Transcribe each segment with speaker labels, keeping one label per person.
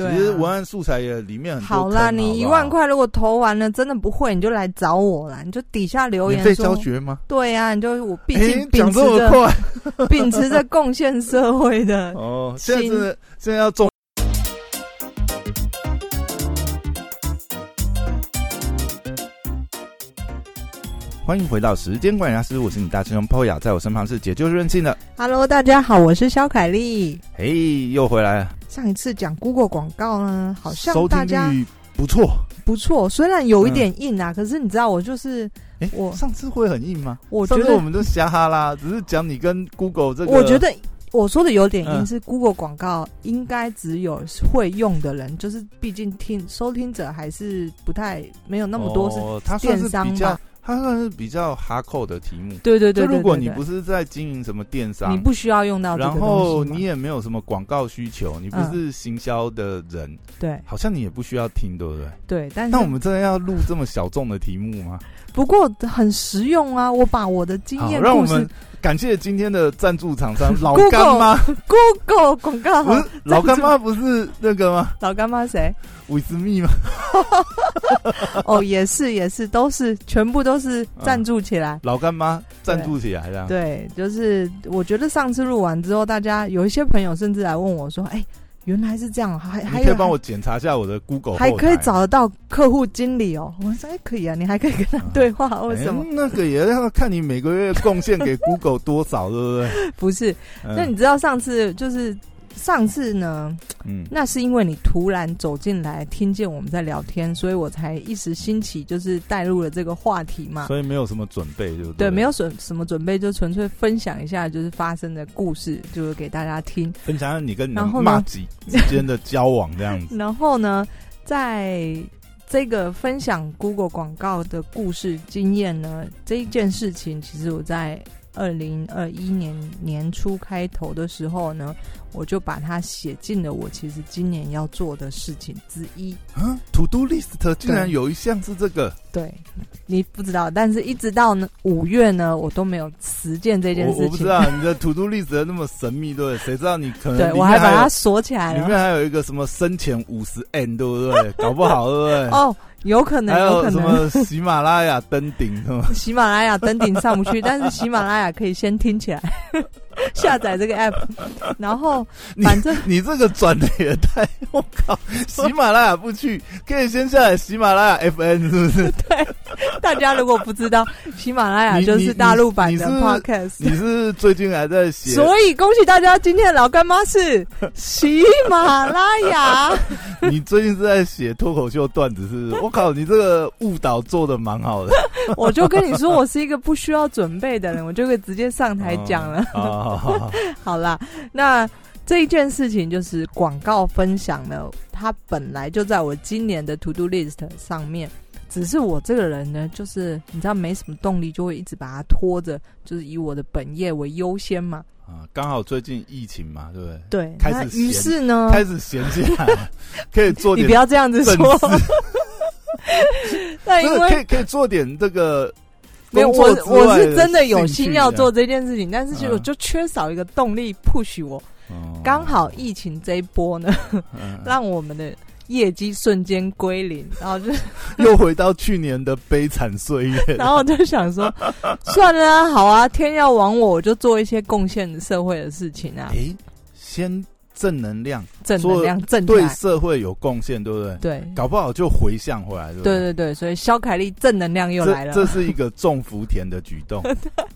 Speaker 1: 文案素材也里面很多
Speaker 2: 好
Speaker 1: 坑
Speaker 2: 啦，啊你一万，块如果投完了，真的不会，你就来找我啦，你就底下
Speaker 1: 好不好
Speaker 2: 留
Speaker 1: 免
Speaker 2: 言
Speaker 1: 费教
Speaker 2: 说，
Speaker 1: 学吗？
Speaker 2: 对呀、你就我毕
Speaker 1: 哎
Speaker 2: 竟， 秉
Speaker 1: 讲
Speaker 2: 持
Speaker 1: 这么
Speaker 2: 着、
Speaker 1: 快
Speaker 2: 秉持着贡献社会的，
Speaker 1: 哦，现在真的现在要中。欢迎回到时间管理大师，我是你大师兄 Poya，在我身旁是解救任性的，
Speaker 2: Hello，大家好，我是肖凯丽。
Speaker 1: 嘿，又回来了，
Speaker 2: 上一次讲 Google 广告呢，好像
Speaker 1: 收
Speaker 2: 大
Speaker 1: 听
Speaker 2: 家
Speaker 1: 率不错。
Speaker 2: 不错，虽然有一点硬啊，可是你知道，我就是
Speaker 1: 哎，
Speaker 2: 我
Speaker 1: 上次会很硬吗？
Speaker 2: 我觉
Speaker 1: 上
Speaker 2: 得
Speaker 1: 次我们都瞎哈啦，只是讲你跟 Google 这个，
Speaker 2: 我觉得我说的有点硬，
Speaker 1: 嗯
Speaker 2: 是 Google 广告应该只有会用的人，就是毕竟听收听者还是不太没有那么多是。
Speaker 1: 哦它算是
Speaker 2: 电商
Speaker 1: 比较
Speaker 2: 吧，
Speaker 1: 它算是比较哈扣的题目。
Speaker 2: 对对对对
Speaker 1: 就
Speaker 2: 对
Speaker 1: 如果你
Speaker 2: 对
Speaker 1: 不是在经营什么电商，
Speaker 2: 你不需要用到这
Speaker 1: 然
Speaker 2: 个东
Speaker 1: 后
Speaker 2: 西嗯嘛
Speaker 1: 你也没有什么广告需求，你不是行销的人，
Speaker 2: 对
Speaker 1: 好像你也不需要听，对不对？
Speaker 2: 对，但是
Speaker 1: 那我们真的要录这么小众的题目吗？
Speaker 2: 不过很实用啊！我把我的经
Speaker 1: 好，
Speaker 2: 验
Speaker 1: 让我
Speaker 2: 故事
Speaker 1: 们感谢今天的赞助厂 商老
Speaker 2: Google
Speaker 1: 干妈，
Speaker 2: ，Google 广告
Speaker 1: 不
Speaker 2: 好
Speaker 1: 是老干妈不是那个吗？
Speaker 2: 老干妈谁？
Speaker 1: 韦斯密吗？
Speaker 2: 哦，也是也是，都是全部都是赞助起 来。
Speaker 1: 老干妈赞助起来了，
Speaker 2: 对，就是我觉得上次录完之后，大家有一些朋友甚至来问我说：“哎、原来是这样，还还
Speaker 1: 你可以
Speaker 2: 有
Speaker 1: 帮我检查一下我的 Google，
Speaker 2: 还
Speaker 1: 后台
Speaker 2: 可以找得到客户经理哦。”我说：“哎、可以啊，你还可以跟他
Speaker 1: 嗯
Speaker 2: 对话，为哦什么
Speaker 1: 哎那个也要看你每个月贡献给 Google 多少，对不对？
Speaker 2: 不是？”
Speaker 1: 嗯
Speaker 2: 那你知道上次就是上次呢，
Speaker 1: 嗯，
Speaker 2: 那是因为你突然走进来，听见我们在聊天，所以我才一时兴起，就是带入了这个话题嘛。
Speaker 1: 所以没有什么准备，对不
Speaker 2: 嗯对，
Speaker 1: 对，
Speaker 2: 没有准什么准备，就纯粹分享一下就是发生的故事，就是给大家听。
Speaker 1: 分享你跟你
Speaker 2: 然后呢
Speaker 1: 骂几之间的交往这样 子。
Speaker 2: 然后呢，在这个分享 Google 广告的故事经验呢，这一件事情，其实我在二零二一年年初开头的时候呢，我就把它写进了我其实今年要做的事情之一。
Speaker 1: 啊，To Do List 竟然
Speaker 2: 对
Speaker 1: 有一项是这个，
Speaker 2: 对你不知道，但是一直到呢五月呢，我都没有实践这件
Speaker 1: 我
Speaker 2: 事
Speaker 1: 我不知
Speaker 2: 情。
Speaker 1: 道你的 To Do List 那么神秘，对不对？谁知道你可能
Speaker 2: 对
Speaker 1: 里
Speaker 2: 我
Speaker 1: 面
Speaker 2: 还把它
Speaker 1: 有
Speaker 2: 锁起来
Speaker 1: 里
Speaker 2: 了。
Speaker 1: 面还有一个什么深潜五十 N，对不对？搞不好，对不对？
Speaker 2: 哦，有可能，
Speaker 1: 还
Speaker 2: 有
Speaker 1: 有
Speaker 2: 可
Speaker 1: 什
Speaker 2: 能。
Speaker 1: 么喜马拉雅登顶，是吗？
Speaker 2: 喜马拉雅登顶上不去，但是喜马拉雅可以先听起来， 下载 这个 app，然后
Speaker 1: 你
Speaker 2: 反正
Speaker 1: 你这个转的也太……我靠！喜马拉雅不去，可以先下载喜马拉雅 FN，是不是？
Speaker 2: 大家如果不知道，喜马拉雅
Speaker 1: 你
Speaker 2: 就
Speaker 1: 你
Speaker 2: 是大陆版
Speaker 1: 你
Speaker 2: 的
Speaker 1: 你是
Speaker 2: podcast，
Speaker 1: 你是不是最近还在写？
Speaker 2: 所以恭喜大家，今天的老干妈是喜马拉 雅。
Speaker 1: 你最近是在写脱口秀段子，是不是？我靠，你这个误导做的蛮好的。
Speaker 2: 我就跟你说，我是一个不需要准备的人，我就可以直接上台讲了。
Speaker 1: 哦。好好好
Speaker 2: 好啦，那这一件事情就是广告分享呢，它本来就在我今年的 to do list 上面，只是我这个人呢，就是你知道没什么动力，就会一直把它拖着，就是以我的本业为优先嘛。
Speaker 1: 啊，刚好最近疫情嘛，对不对？
Speaker 2: 对，
Speaker 1: 开始
Speaker 2: 那
Speaker 1: 闲
Speaker 2: 于是呢，
Speaker 1: 开始闲下来，可以做
Speaker 2: 你
Speaker 1: 点
Speaker 2: 不要这样子
Speaker 1: 正
Speaker 2: 说，
Speaker 1: 事，
Speaker 2: 那因
Speaker 1: 不是可
Speaker 2: 为
Speaker 1: 以可以做点这个
Speaker 2: 没有
Speaker 1: 工作
Speaker 2: 我，
Speaker 1: 之
Speaker 2: 我
Speaker 1: 外
Speaker 2: 是真
Speaker 1: 的啊
Speaker 2: 的有心要做这件事情，但是
Speaker 1: 嗯哦
Speaker 2: 就我就缺少一个动力 push 我。刚好疫情这一波呢，
Speaker 1: 嗯
Speaker 2: 让我们的业绩瞬间归零，然后就
Speaker 1: 又回到去年的悲惨岁月。
Speaker 2: 然后我就想说，算了啊，好啊，天要亡我，我就做一些贡献社会的事情啊，
Speaker 1: 诶，先正能量，
Speaker 2: 正能量正起
Speaker 1: 对
Speaker 2: 来。
Speaker 1: 社会有贡献，对不对？
Speaker 2: 嗯对
Speaker 1: 搞不好就回向回来，对不
Speaker 2: 对对对，所以肖凯丽正能量又来
Speaker 1: 这这
Speaker 2: 了，
Speaker 1: 是一个种福田的 举动。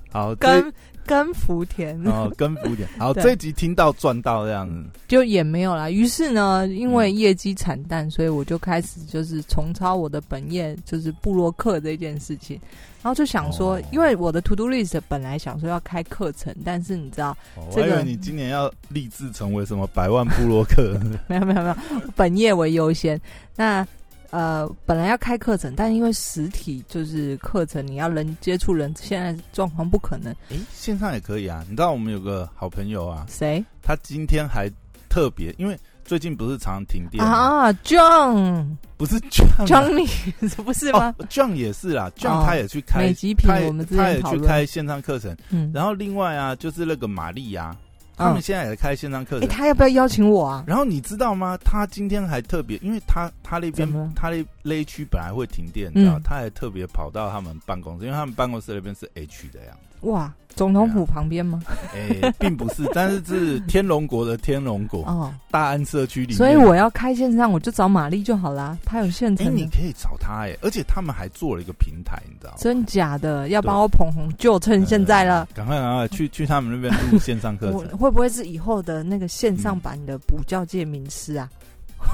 Speaker 1: 好，这
Speaker 2: 跟跟福田
Speaker 1: 哦，跟福田。好，
Speaker 2: 对
Speaker 1: 这一集听到赚到这样子。
Speaker 2: 就也没有啦。于是呢，因为
Speaker 1: 嗯
Speaker 2: 业绩惨淡，所以我就开始就是重操我的本业，就是布洛克这件事情。然后就想说
Speaker 1: 哦，
Speaker 2: 因为我的 to do list 本来想说要开课程，但是你知道，
Speaker 1: 哦我
Speaker 2: 这
Speaker 1: 还以
Speaker 2: 个
Speaker 1: 为你今年要立志成为什么百万布洛 克，
Speaker 2: 没有没有没有，本业为优先。那呃，本来要开课程，但因为实体就是课程，你要人接触人，现在状况不可能。
Speaker 1: 诶，线上也可以啊。你知道我们有个好朋友啊，
Speaker 2: 谁
Speaker 1: 他今天还特别，因为最近不是常常停电吗，
Speaker 2: 啊？John
Speaker 1: 不是 John 啊
Speaker 2: Johnny 是不是吗
Speaker 1: 哦？，John 也是啦，John
Speaker 2: 哦
Speaker 1: 他也去开
Speaker 2: 美，极品
Speaker 1: 他也
Speaker 2: 我们之
Speaker 1: 他
Speaker 2: 前
Speaker 1: 也
Speaker 2: 讨
Speaker 1: 去
Speaker 2: 论，
Speaker 1: 开线上课程。
Speaker 2: 嗯，
Speaker 1: 然后另外啊，就是那个玛丽啊，他们现在也开线上课
Speaker 2: 哎，
Speaker 1: 程。
Speaker 2: 他要不要邀请我啊？
Speaker 1: 然后你知道吗？他今天还特别，因为他他那
Speaker 2: 怎
Speaker 1: 边
Speaker 2: 么了
Speaker 1: 他那那一区本来会停电，你知道，
Speaker 2: 嗯
Speaker 1: 他还特别跑到他们办公室，因为他们办公室那边是 H 的样子，
Speaker 2: 哇，总统府
Speaker 1: 啊
Speaker 2: 旁边吗？
Speaker 1: 哎、并不是，但是是天龙国的天龙国、
Speaker 2: 哦，
Speaker 1: 大安社区里面。
Speaker 2: 所以我要嗯开线上，我就找玛丽就好啦，她有现
Speaker 1: 哎、
Speaker 2: 成
Speaker 1: 你
Speaker 2: 的。
Speaker 1: 可以找他哎、而且他们还做了一个平台，你知道吗？呃
Speaker 2: 真假的，要把我捧红就趁现在了。
Speaker 1: 赶快赶快去去他们那边录线上 课
Speaker 2: 我
Speaker 1: 程。嗯
Speaker 2: 会不会是以后的那个线上版的补教界名师啊？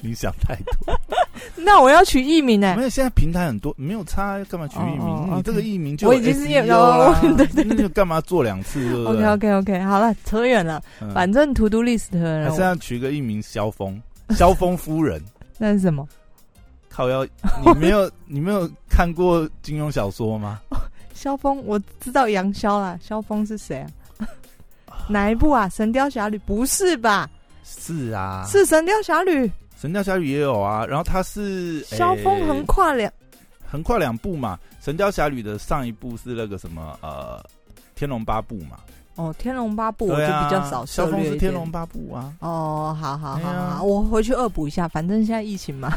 Speaker 1: 你想太多，
Speaker 2: 那我要取艺名哎、
Speaker 1: 没有现在平台很多，没有差，干嘛取艺
Speaker 2: 哦
Speaker 1: 名？
Speaker 2: 哦
Speaker 1: 你这个艺名就哎
Speaker 2: 我已经是
Speaker 1: SEO
Speaker 2: 有
Speaker 1: 啦，
Speaker 2: 对
Speaker 1: 啊那就干嘛做两次？对不
Speaker 2: OK
Speaker 1: 对
Speaker 2: OK OK，好了，扯远了。
Speaker 1: 啊嗯
Speaker 2: 反正 To Do List 呢
Speaker 1: 还是要取个艺名萧峰，萧峰夫人。
Speaker 2: 那是什么？
Speaker 1: 靠腰，你没有 你没有看过金庸小说吗？
Speaker 2: 萧峰，我知道杨萧啦。萧峰是谁啊？哪一部啊？《神雕侠侣》不是吧？
Speaker 1: 是啊，
Speaker 2: 是《神雕侠侣》。
Speaker 1: 《神雕侠侣》也有啊。然后他是
Speaker 2: 萧峰横
Speaker 1: 横
Speaker 2: 跨两
Speaker 1: 横跨两部嘛，《神雕侠侣》的上一部是那个什么呃《天龙八部》嘛，
Speaker 2: 哦，《天龙八部》我
Speaker 1: 对
Speaker 2: 就
Speaker 1: 啊，
Speaker 2: 比较少涉
Speaker 1: 萧峰
Speaker 2: 略
Speaker 1: 是
Speaker 2: 一
Speaker 1: 《
Speaker 2: 点
Speaker 1: 天。龙八部》 啊。
Speaker 2: 哦，好好
Speaker 1: 哎
Speaker 2: 好
Speaker 1: 呀
Speaker 2: 好，我回去恶补一下，反正现在疫情嘛。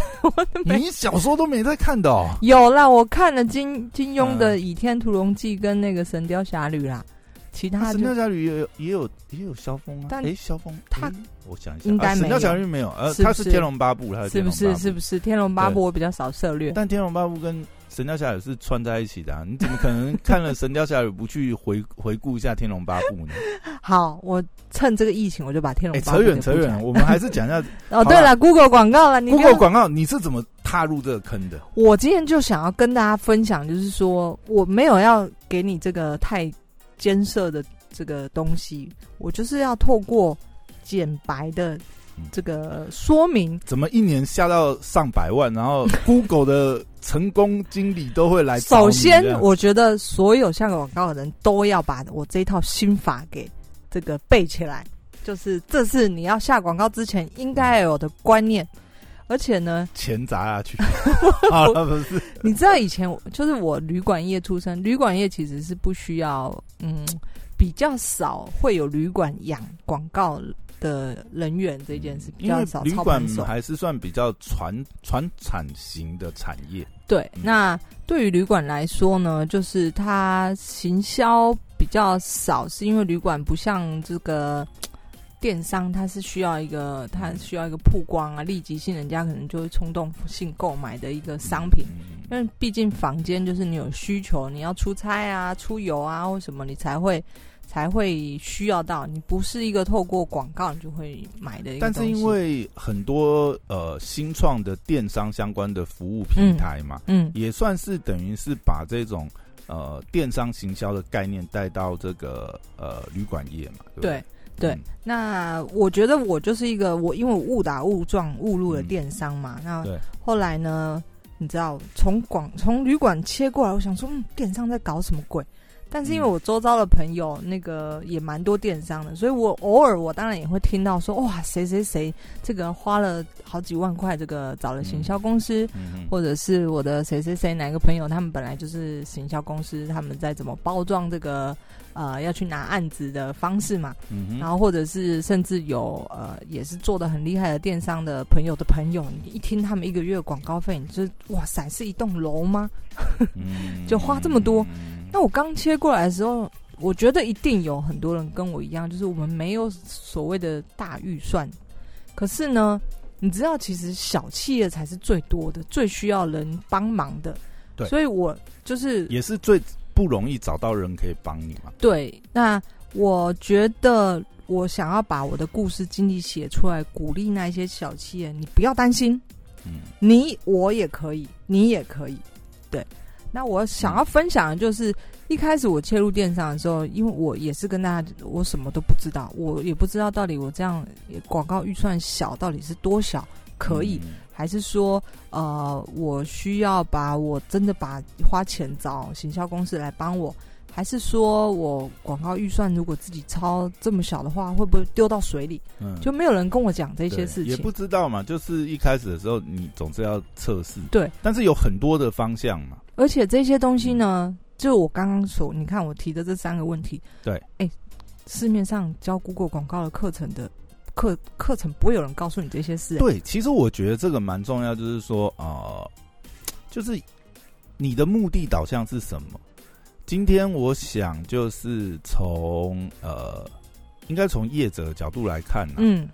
Speaker 1: 你小说都没在看的哦？
Speaker 2: 有啦，我看了金金庸
Speaker 1: 嗯
Speaker 2: 的《倚天屠龙记》跟那个《神雕侠侣》啦，其
Speaker 1: 那
Speaker 2: 他
Speaker 1: 《
Speaker 2: 就
Speaker 1: 啊神雕侠侣》也有也有也有萧峰啊。
Speaker 2: 但
Speaker 1: 哎，萧峰
Speaker 2: 他
Speaker 1: 哎我想一下，
Speaker 2: 应该
Speaker 1: 啊
Speaker 2: 没
Speaker 1: 神雕
Speaker 2: 有
Speaker 1: 侠侣》没有，呃，
Speaker 2: 是不
Speaker 1: 他
Speaker 2: 是
Speaker 1: 是《天龙八部》，他是《
Speaker 2: 是
Speaker 1: 天
Speaker 2: 不
Speaker 1: 龙八
Speaker 2: 是
Speaker 1: 部
Speaker 2: 是不是《天龙八部》我比较少涉略。
Speaker 1: 但《天龙八部》跟《神雕侠侣》是串在一起的、 啊，你怎么可能看了《神雕侠侣》不去回 回顾一下《天龙八部》呢？
Speaker 2: 好，我趁这个疫情，我就把《天
Speaker 1: 哎、
Speaker 2: 龙八部
Speaker 1: 扯》远
Speaker 2: 给
Speaker 1: 扯
Speaker 2: 补起
Speaker 1: 远
Speaker 2: 来
Speaker 1: 了，我们还是讲一下
Speaker 2: 哦，
Speaker 1: 好
Speaker 2: 对
Speaker 1: 啦
Speaker 2: 了，Google 广告 了，你不要
Speaker 1: Google 广告，你是怎么踏入这个坑的？
Speaker 2: 我今天就想要跟大家分享，就是说我没有要给你这个太艰涩的这个东西，我就是要透过简白的
Speaker 1: 嗯
Speaker 2: 这个说明，
Speaker 1: 怎么一年下到上百万，然后 Google 的成功经理都会来找
Speaker 2: 首
Speaker 1: 你
Speaker 2: 先
Speaker 1: 这样，
Speaker 2: 我觉得所有下广告的人都要把我这一套心法给这个背起来，就是这是你要下广告之前应该要有的观念。而且呢，
Speaker 1: 钱砸下去， 好了，不是
Speaker 2: 你知道以前我就是我旅馆业出身，旅馆业其实是不需要，嗯，比较少会有旅馆养广告的人员这件事，比
Speaker 1: 嗯因
Speaker 2: 较
Speaker 1: 为
Speaker 2: 少
Speaker 1: 旅
Speaker 2: 操
Speaker 1: 馆
Speaker 2: 盘手。
Speaker 1: 还是算比较传传产型的产业，
Speaker 2: 对，
Speaker 1: 嗯
Speaker 2: 那对于旅馆来说呢，就是它行销比较少，是因为旅馆不像这个。电商它是需要一个，它
Speaker 1: 嗯
Speaker 2: 需要一个曝光啊，立即性，人家可能就会冲动性购买的一个商品。
Speaker 1: 嗯
Speaker 2: 因为毕竟房间就是你有需求，你要出差啊、出游啊或什么，你才会才会需要到。你不是一个透过广告你就会买的一个
Speaker 1: 但
Speaker 2: 东
Speaker 1: 是
Speaker 2: 西。
Speaker 1: 因为很多呃新创的电商相关的服务平台嘛，
Speaker 2: 嗯，
Speaker 1: 也算是等于是把这种呃电商行销的概念带到这个呃旅馆业嘛，对不
Speaker 2: 对对
Speaker 1: 嗯
Speaker 2: 那我觉得我就是一个我，因为我误打误撞误入了电商嘛。那
Speaker 1: 对
Speaker 2: 后来呢，你知道从广从旅馆切过来，我想说，嗯，电商在搞什么鬼？但是因为
Speaker 1: 嗯
Speaker 2: 我周遭的朋友那个也蛮多电商的，所以我偶尔我当然也会听到说，哇，谁谁谁这个花了好几万块，这个找了行销公司，
Speaker 1: 嗯哼
Speaker 2: 或者是我的谁谁谁哪个朋友，他们本来就是行销公司，他们在怎么包装这个呃要去拿案子的方式嘛，然
Speaker 1: 嗯哼，
Speaker 2: 后或者是甚至有呃也是做的很厉害的电商的朋友的朋友，你一听他们一个月广告费，你就是哇塞，是一栋楼吗？
Speaker 1: 嗯
Speaker 2: 就花这么多，
Speaker 1: 嗯
Speaker 2: 那我刚切过来的时候，我觉得一定有很多人跟我一样，就是我们没有所谓的大预算，可是呢，你知道，其实小企业才是最多的，最需要人帮忙的。
Speaker 1: 对
Speaker 2: 所以我就是
Speaker 1: 也是最不容易找到人可以帮你嘛，
Speaker 2: 对，那我觉得我想要把我的故事经历写出来，鼓励那一些小企业，你不要担心，
Speaker 1: 嗯，
Speaker 2: 你我也可以，你也可以，对。那我想要分享的就是，一开始我切入电商的时候，因为我也是跟大家，我什么都不知道，我也不知道到底我这样呃广告预算小到底是多小，可以、
Speaker 1: 嗯
Speaker 2: 还是说，呃，我需要把我真的把花钱找行销公司来帮我，还是说我广告预算如果自己超这么小的话，会不会丢到水里？
Speaker 1: 嗯
Speaker 2: 就没有人跟我讲这些
Speaker 1: 对
Speaker 2: 事情。
Speaker 1: 也不知道嘛，就是一开始的时候你总是要测试，
Speaker 2: 对，
Speaker 1: 但是有很多的方向嘛，
Speaker 2: 而
Speaker 1: 嗯
Speaker 2: 且这些东西呢，就我刚刚所，你看我提的这三个问题，
Speaker 1: 对，
Speaker 2: 哎、市面上教 Google 广告的课程的课课程，不会有人告诉你这些事、
Speaker 1: 对，其实我觉得这个蛮重要，就是说，呃，就是你的目的导向是什么？今天我想就是从呃，应该从业者的角度来看、啊，
Speaker 2: 嗯，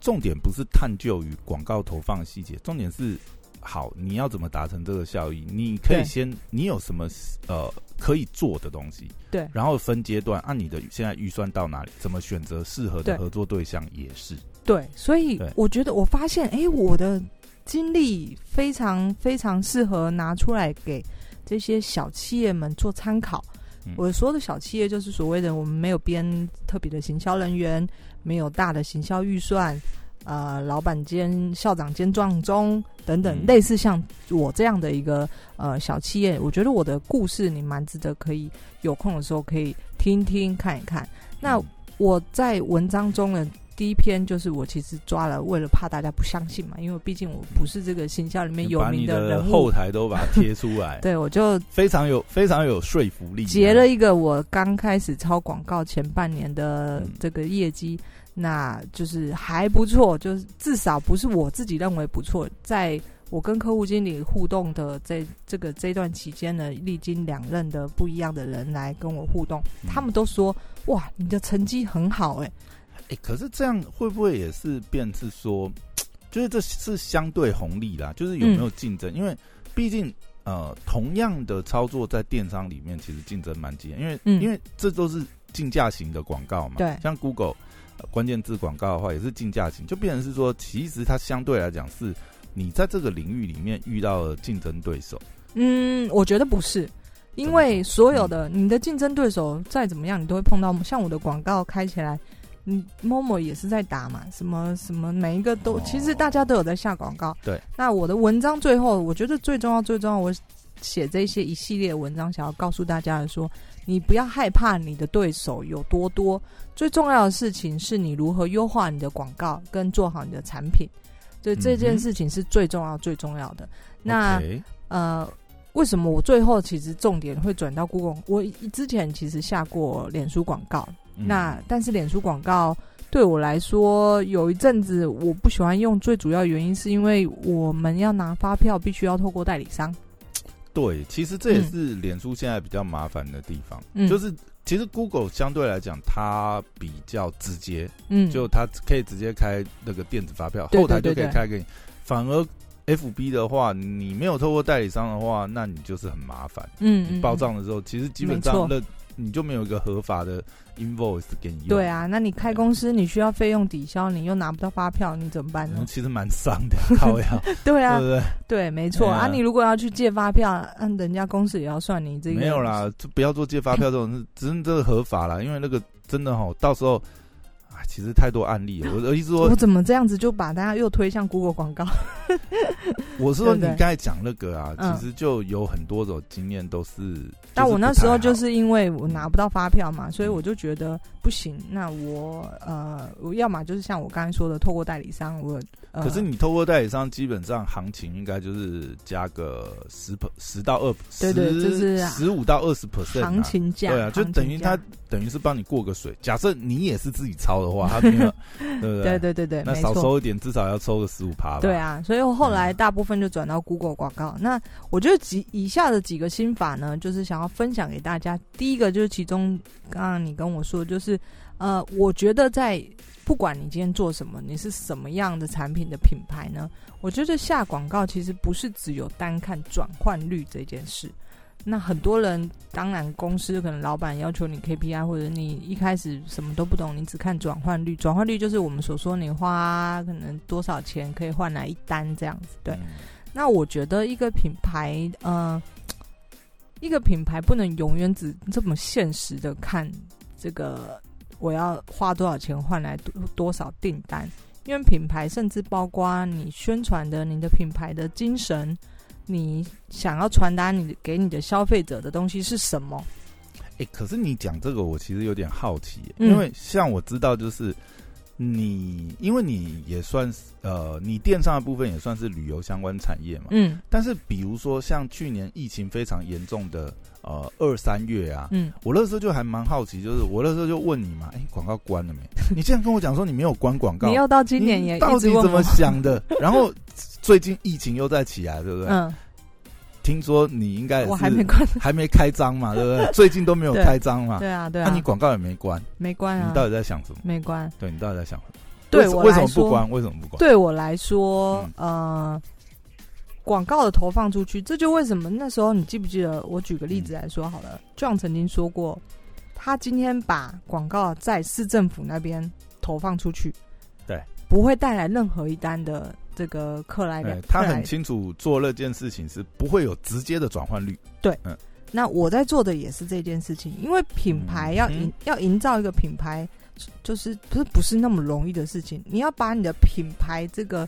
Speaker 1: 重点不是探究与广告投放细节，重点是好，你要怎么达成这个效益？你可以
Speaker 2: 对
Speaker 1: 先，你有什么呃可以做的东西？
Speaker 2: 对
Speaker 1: 然后分阶段，按、啊你的现在预算到哪里，怎么选择适合
Speaker 2: 对
Speaker 1: 的合作对象也是。
Speaker 2: 对，所以
Speaker 1: 对
Speaker 2: 我觉得我发现，哎、我的经历非常非常适合拿出来给这些小企业们做参考。
Speaker 1: 嗯
Speaker 2: 我说的小企业就是所谓的我们没有编特别的行销人员，没有大的行销预算，呃，老板兼校长兼壮中等等，
Speaker 1: 嗯
Speaker 2: 类似像我这样的一个呃小企业，我觉得我的故事你蛮值得可以有空的时候可以听听看一看。那
Speaker 1: 嗯
Speaker 2: 我在文章中的第一篇就是我其实抓了，为了怕大家不相信嘛，因为毕竟我不是这个形象里面有
Speaker 1: 嗯把
Speaker 2: 名
Speaker 1: 你的
Speaker 2: 人
Speaker 1: 后
Speaker 2: 物，
Speaker 1: 台都把它贴出来，
Speaker 2: 对我就
Speaker 1: 非常有非常有说服力。啊
Speaker 2: 截了一个我刚开始抄广告前半年的
Speaker 1: 嗯
Speaker 2: 这个业绩，那就是还不错，就是至少不是我自己认为不错。在我跟客户经理互动的这这个这段期间呢，历经两任的不一样的人来跟我互动，
Speaker 1: 嗯
Speaker 2: 他们都说：“哇，你的成绩很好、欸，
Speaker 1: 哎、可是这样会不会也是变是说，就是这是相对红利啦，就是有没
Speaker 2: 嗯
Speaker 1: 有竞争？因为毕竟呃，同样的操作在电商里面其实竞争蛮激烈，因为、
Speaker 2: 嗯
Speaker 1: 因为这都是竞价型的广告嘛。
Speaker 2: 对
Speaker 1: 像 Google、呃关键字广告的话也是竞价型，就变成是说，其实它相对来讲是你在这个领域里面遇到了竞争对手。
Speaker 2: 嗯，我觉得不是，因为所有的
Speaker 1: 嗯
Speaker 2: 你的竞争对手再怎么样，你都会碰到。像我的广告开起来，你 Momo 也是在打嘛，什么什么，每一个都、
Speaker 1: 哦
Speaker 2: 其实大家都有在下广告。
Speaker 1: 对，
Speaker 2: 那我的文章最后，我觉得最重要最重要，我写这些一系列文章，想要告诉大家的说，你不要害怕你的对手有多多，最重要的事情是你如何优化你的广告跟做好你的产品。对这
Speaker 1: 嗯
Speaker 2: 件
Speaker 1: 哼
Speaker 2: 事情是最重要、最重要的。那
Speaker 1: OK，
Speaker 2: 呃，为什么我最后其实重点会转到 Google？我之前其实下过脸书广告，
Speaker 1: 嗯
Speaker 2: 那但是脸书广告对我来说有一阵子我不喜欢用，最主要原因是因为我们要拿发票必须要透过代理商。
Speaker 1: 对，其实这也
Speaker 2: 嗯
Speaker 1: 是脸书现在比较麻烦的地方，
Speaker 2: 嗯
Speaker 1: 就是其实 Google 相对来讲它比较直接，
Speaker 2: 嗯，
Speaker 1: 就它可以直接开那个电子发票，
Speaker 2: 对
Speaker 1: 后台
Speaker 2: 对
Speaker 1: 就可
Speaker 2: 对
Speaker 1: 以开给你。反而 FB 的话，你没有透过代理商的话，那你就是很麻烦。
Speaker 2: 嗯
Speaker 1: 你
Speaker 2: 嗯
Speaker 1: 报账的时候，其实基本
Speaker 2: 没
Speaker 1: 上
Speaker 2: 错
Speaker 1: 那你就没有一个合法的 invoice 给你用。
Speaker 2: 对，啊，那你开公司你需要费用抵消，你又拿不到发票，你怎么办呢
Speaker 1: 嗯、？其实蛮伤的， 靠呀，
Speaker 2: 对
Speaker 1: 对
Speaker 2: 啊
Speaker 1: 不，对？
Speaker 2: 对，没错
Speaker 1: 对啊
Speaker 2: 啊。你如果要去借发票，嗯，人家公司也要算你这个
Speaker 1: 没有啦，就不要做借发票这种事，只是这个合法啦，因为那个真的哈，到时候啊，其实太多案例了。我的意思说
Speaker 2: 我，怎么这样子就把大家又推向 Google 广告？
Speaker 1: 我是
Speaker 2: 对
Speaker 1: 说你
Speaker 2: 不对
Speaker 1: 刚才讲那个啊，
Speaker 2: 嗯
Speaker 1: 其实就有很多种经验都是。
Speaker 2: 但我那时候就是是因为我拿不到发票嘛，
Speaker 1: 嗯
Speaker 2: 所以我就觉得不行。那我呃，我要么就是像我刚才说的，透过代理商，我、
Speaker 1: 不
Speaker 2: 呃、
Speaker 1: 太好，可是你透过代理商，基本上行情应该就是加个十十到二，
Speaker 2: 对对就是啊
Speaker 1: 十五到二十 percent
Speaker 2: 行情价
Speaker 1: 对啊，就
Speaker 2: 行情
Speaker 1: 等于
Speaker 2: 价
Speaker 1: 他等于是帮你过个水。假设你也是自己抄的话，他没 有，对不
Speaker 2: 对对对对，
Speaker 1: 那
Speaker 2: 没
Speaker 1: 少
Speaker 2: 错。
Speaker 1: 收一点，至少要抽个十五趴吧。
Speaker 2: 对，啊，所以我后来大部分就转到 Google 广告。那我觉得几以下的几个心法呢，就是想要分享给大家。第一个就是其中刚刚你跟我说，就是呃，我觉得在不管你今天做什么，你是什么样的产品的品牌呢，我觉得下广告其实不是只有单看转换率这件事。那很多人，当然公司可能老板要求你 KPI，或者你一开始什么都不懂，你只看转换率。转换率就是我们所说你花可能多少钱可以换来一单这样子。对，
Speaker 1: 嗯
Speaker 2: 那我觉得一个品牌，呃，一个品牌不能永远只这么现实的看这个我要花多少钱换来多多少订单，因为品牌甚至包括你宣传的你的品牌的精神，你想要传达你的给你的消费者的东西是什么？
Speaker 1: 欸哎、可是你讲这个，我其实有点好奇耶、
Speaker 2: 嗯
Speaker 1: 因为像我知道，就是你因为你也算是呃，你电商的部分也算是旅游相关产业嘛。
Speaker 2: 嗯
Speaker 1: 但是比如说像去年疫情非常严重的呃二三月啊，
Speaker 2: 嗯，
Speaker 1: 我那时候就还蛮好奇，就是我那时候就问你嘛，哎、广告关了没？你竟然跟我讲说你没有关广告，
Speaker 2: 你要到今年也
Speaker 1: 你嗯到
Speaker 2: 一直
Speaker 1: 底
Speaker 2: 问
Speaker 1: 怎么
Speaker 2: 我，
Speaker 1: 想的？然后最近疫情又在起来，对不对？
Speaker 2: 嗯，
Speaker 1: 听说你应哎该也是
Speaker 2: 我还没关，
Speaker 1: 还没开张嘛，对 不对？最近都没有
Speaker 2: 对
Speaker 1: 开张嘛，
Speaker 2: 对啊对
Speaker 1: 那、
Speaker 2: 啊，
Speaker 1: 你广告也没关，
Speaker 2: 没关啊
Speaker 1: 你，到底在想什么？
Speaker 2: 没关。
Speaker 1: 对你到底在想什么？
Speaker 2: 对
Speaker 1: 为什
Speaker 2: 我
Speaker 1: 为什
Speaker 2: 来
Speaker 1: 么不
Speaker 2: 说，
Speaker 1: 关？为什么不嗯关？
Speaker 2: 对我来说，呃，广告的投放出去，这就为什么那时候你记不记得？我举个例子来说好
Speaker 1: 嗯
Speaker 2: 了，John 曾经说过，他今天把广告在市政府那边投放出去，
Speaker 1: 对，
Speaker 2: 不会带来任何一单的这个客来量
Speaker 1: 哎，他
Speaker 2: 客来
Speaker 1: 很清楚做那件事情是不会有直接的转换率。
Speaker 2: 那我在做的也是这件事情，因为品牌要营、
Speaker 1: 嗯
Speaker 2: 要营造一个品牌，就是不是不是那么容易的事情。你要把你的品牌这个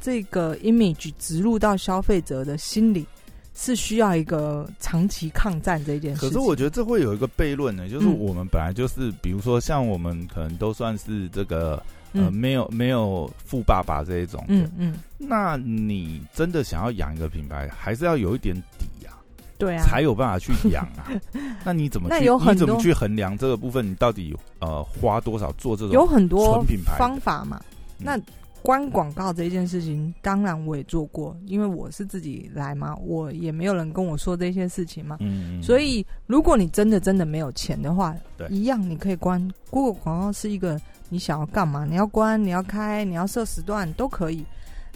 Speaker 2: 这个 image 植入到消费者的心里，是需要一个长期抗战这件事
Speaker 1: 可
Speaker 2: 情。
Speaker 1: 是我觉得这会有一个悖论呢，就是
Speaker 2: 嗯
Speaker 1: 我们本来就是，比如说像我们可能都算是这个呃
Speaker 2: 嗯
Speaker 1: 没有没有富爸爸这一种的，
Speaker 2: 嗯嗯，
Speaker 1: 那你真的想要养一个品牌，还是要有一点底啊，
Speaker 2: 对啊，
Speaker 1: 才有办法去养 啊。那你怎么
Speaker 2: 那
Speaker 1: 去？
Speaker 2: 有很
Speaker 1: 你怎么
Speaker 2: 多
Speaker 1: 去衡量这个部分？你到底呃花多少做这
Speaker 2: 有
Speaker 1: 种？
Speaker 2: 很多
Speaker 1: 纯品牌的
Speaker 2: 方法嘛。
Speaker 1: 嗯
Speaker 2: 那关广告这件事情，当然我也做过，因为我是自己来嘛，我也没有人跟我说这些事情嘛。
Speaker 1: 嗯，嗯
Speaker 2: 所以，如果你真的真的没有钱的话
Speaker 1: 对，
Speaker 2: 一样你可以关 Google 广告是一个你想要干嘛，你要关，你要开，你要设时段都可以。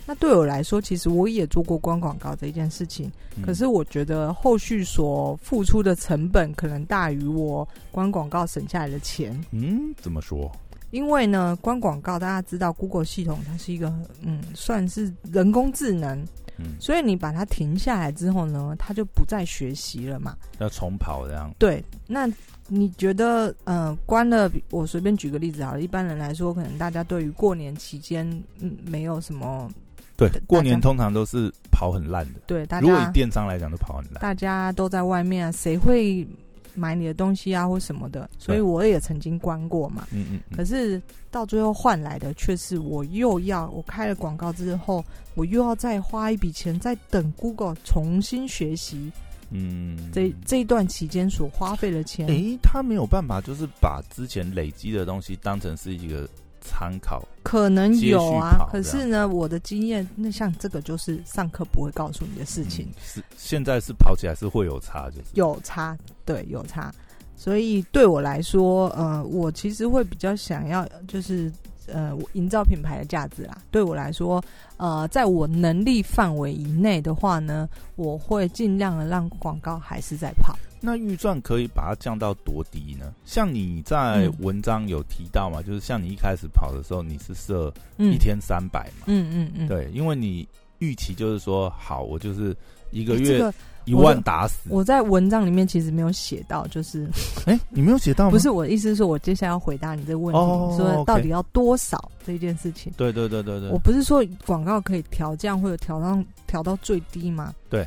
Speaker 2: 那对我来说，其实我也做过关广告这一件事情，
Speaker 1: 嗯
Speaker 2: 可是我觉得后续所付出的成本可能大于我关广告省下来的钱，
Speaker 1: 嗯，怎么说？
Speaker 2: 因为呢，关广告大家知道，Google 系统它是一个嗯，算是人工智能，
Speaker 1: 嗯，
Speaker 2: 所以你把它停下来之后呢，它就不再学习了嘛。
Speaker 1: 要重跑这样。
Speaker 2: 对，那你觉得，呃，关了，我随便举个例子好了。一般人来说，可能大家对于过年期间，嗯，没有什么
Speaker 1: 对
Speaker 2: 大，
Speaker 1: 过年
Speaker 2: 家
Speaker 1: 通常都是跑很烂的。
Speaker 2: 对大
Speaker 1: 如果以
Speaker 2: 家，
Speaker 1: 电商来讲，都跑很烂。
Speaker 2: 大家都在外面啊，谁会买你的东西啊，或什么的？所以
Speaker 1: 对
Speaker 2: 我也曾经关过嘛。
Speaker 1: 嗯嗯嗯，
Speaker 2: 可是到最后换来的却是我又要我开了广告之后，我又要再花一笔钱，再等 Google 重新学习
Speaker 1: 嗯，
Speaker 2: 这、这一段期间所花费的钱。
Speaker 1: 诶，他没有办法，就是把之前累积的东西当成是一个参考。
Speaker 2: 可能有
Speaker 1: 接续
Speaker 2: 啊
Speaker 1: 跑，
Speaker 2: 可是呢，我的经验，那像这个就是上课不会告诉你的事情，
Speaker 1: 嗯是现在是跑起来是会有差，就是
Speaker 2: 有差，对，有差。所以对我来说，呃，我其实会比较想要，就是呃，我营造品牌的价值啦。啊对我来说，呃，在我能力范围以内的话呢，我会尽量的让广告还是在跑。
Speaker 1: 那预算可以把它降到多低呢？像你在
Speaker 2: 嗯
Speaker 1: 文章有提到嘛，就是像你一开始跑的时候，你是设
Speaker 2: 嗯
Speaker 1: 一，天三百嘛，
Speaker 2: 嗯嗯嗯，
Speaker 1: 对，因为你预期就是说，好，我就是一个
Speaker 2: 诶这
Speaker 1: 月
Speaker 2: 个
Speaker 1: 一万打死。
Speaker 2: 我在文章里面其实没有写到，就是
Speaker 1: 哎、你没有写到吗？
Speaker 2: 不是，我的意思是说，我接下来要回答你这个问题，
Speaker 1: 哦
Speaker 2: 说
Speaker 1: OK
Speaker 2: 到底要多少这件事情。
Speaker 1: 对对对对对
Speaker 2: 我，不是说广告可以调降或者调到调到最低吗？
Speaker 1: 对，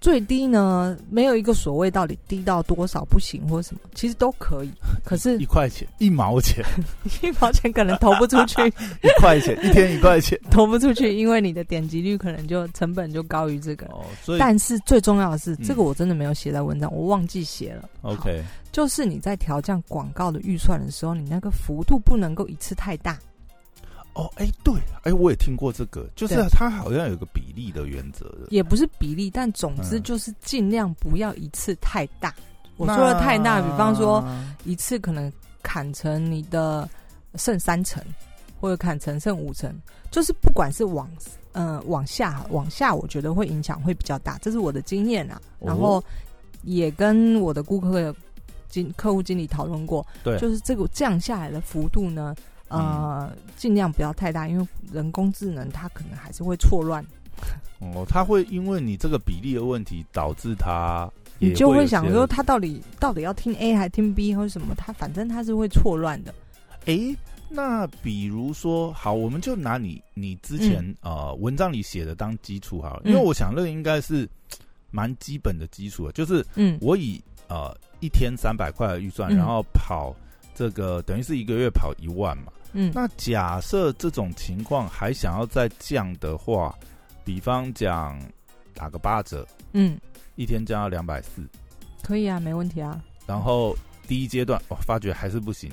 Speaker 2: 最低呢没有一个所谓到底低到多少不行或什么，其实都可 以。可是
Speaker 1: 一块钱，一毛钱，
Speaker 2: 一毛钱可能投不出去，
Speaker 1: 一块钱，一天一块钱。
Speaker 2: 投不出去，因为你的点击率可能就成本就高于这个。
Speaker 1: 哦，所以
Speaker 2: 但是最重要的是，
Speaker 1: 嗯
Speaker 2: 这个我真的没有写在文章，我忘记写了。好
Speaker 1: OK，
Speaker 2: 就是你在调降广告的预算的时候，你那个幅度不能够一次太大。
Speaker 1: 哦，哎、对，哎、我也听过这个，就是
Speaker 2: 对
Speaker 1: 它好像有个比例的原则的。
Speaker 2: 也不是比例，但总之
Speaker 1: 嗯
Speaker 2: 就是尽量不要一次太大。我说的太大，比方说一次可能砍成你的剩三成，或者砍成剩五成，就是不管是往呃往下往下，我觉得会影响会比较大，这是我的经验啊。
Speaker 1: 哦
Speaker 2: 然后也跟我的顾客的经客户经理讨论过，
Speaker 1: 对嗯
Speaker 2: 就是这个降下来的幅度呢。呃，尽量不要太大，因为人工智能它可能还是会错乱
Speaker 1: 哦，它会因为你这个比例的问题，导致它也
Speaker 2: 你就
Speaker 1: 会有
Speaker 2: 会
Speaker 1: 些
Speaker 2: 想说，他到底到底要听 A 还听 B 或者什么？他反正他是会错乱的。
Speaker 1: 诶，那比如说，好，我们就拿你你之前、呃文章里写的当基础好了，因为
Speaker 2: 嗯
Speaker 1: 我想那个应该是蛮基啊本的基础的，就是
Speaker 2: 嗯
Speaker 1: 我以呃一天三百块的预算，
Speaker 2: 嗯
Speaker 1: 然后跑这个等于是一个月跑一万嘛。
Speaker 2: 嗯，
Speaker 1: 那假设这种情况还想要再降的话，比方讲打个八折，
Speaker 2: 嗯，
Speaker 1: 一天降到两百四，
Speaker 2: 可以啊，没问题啊，
Speaker 1: 然后第一阶段我、哦发觉还是不行，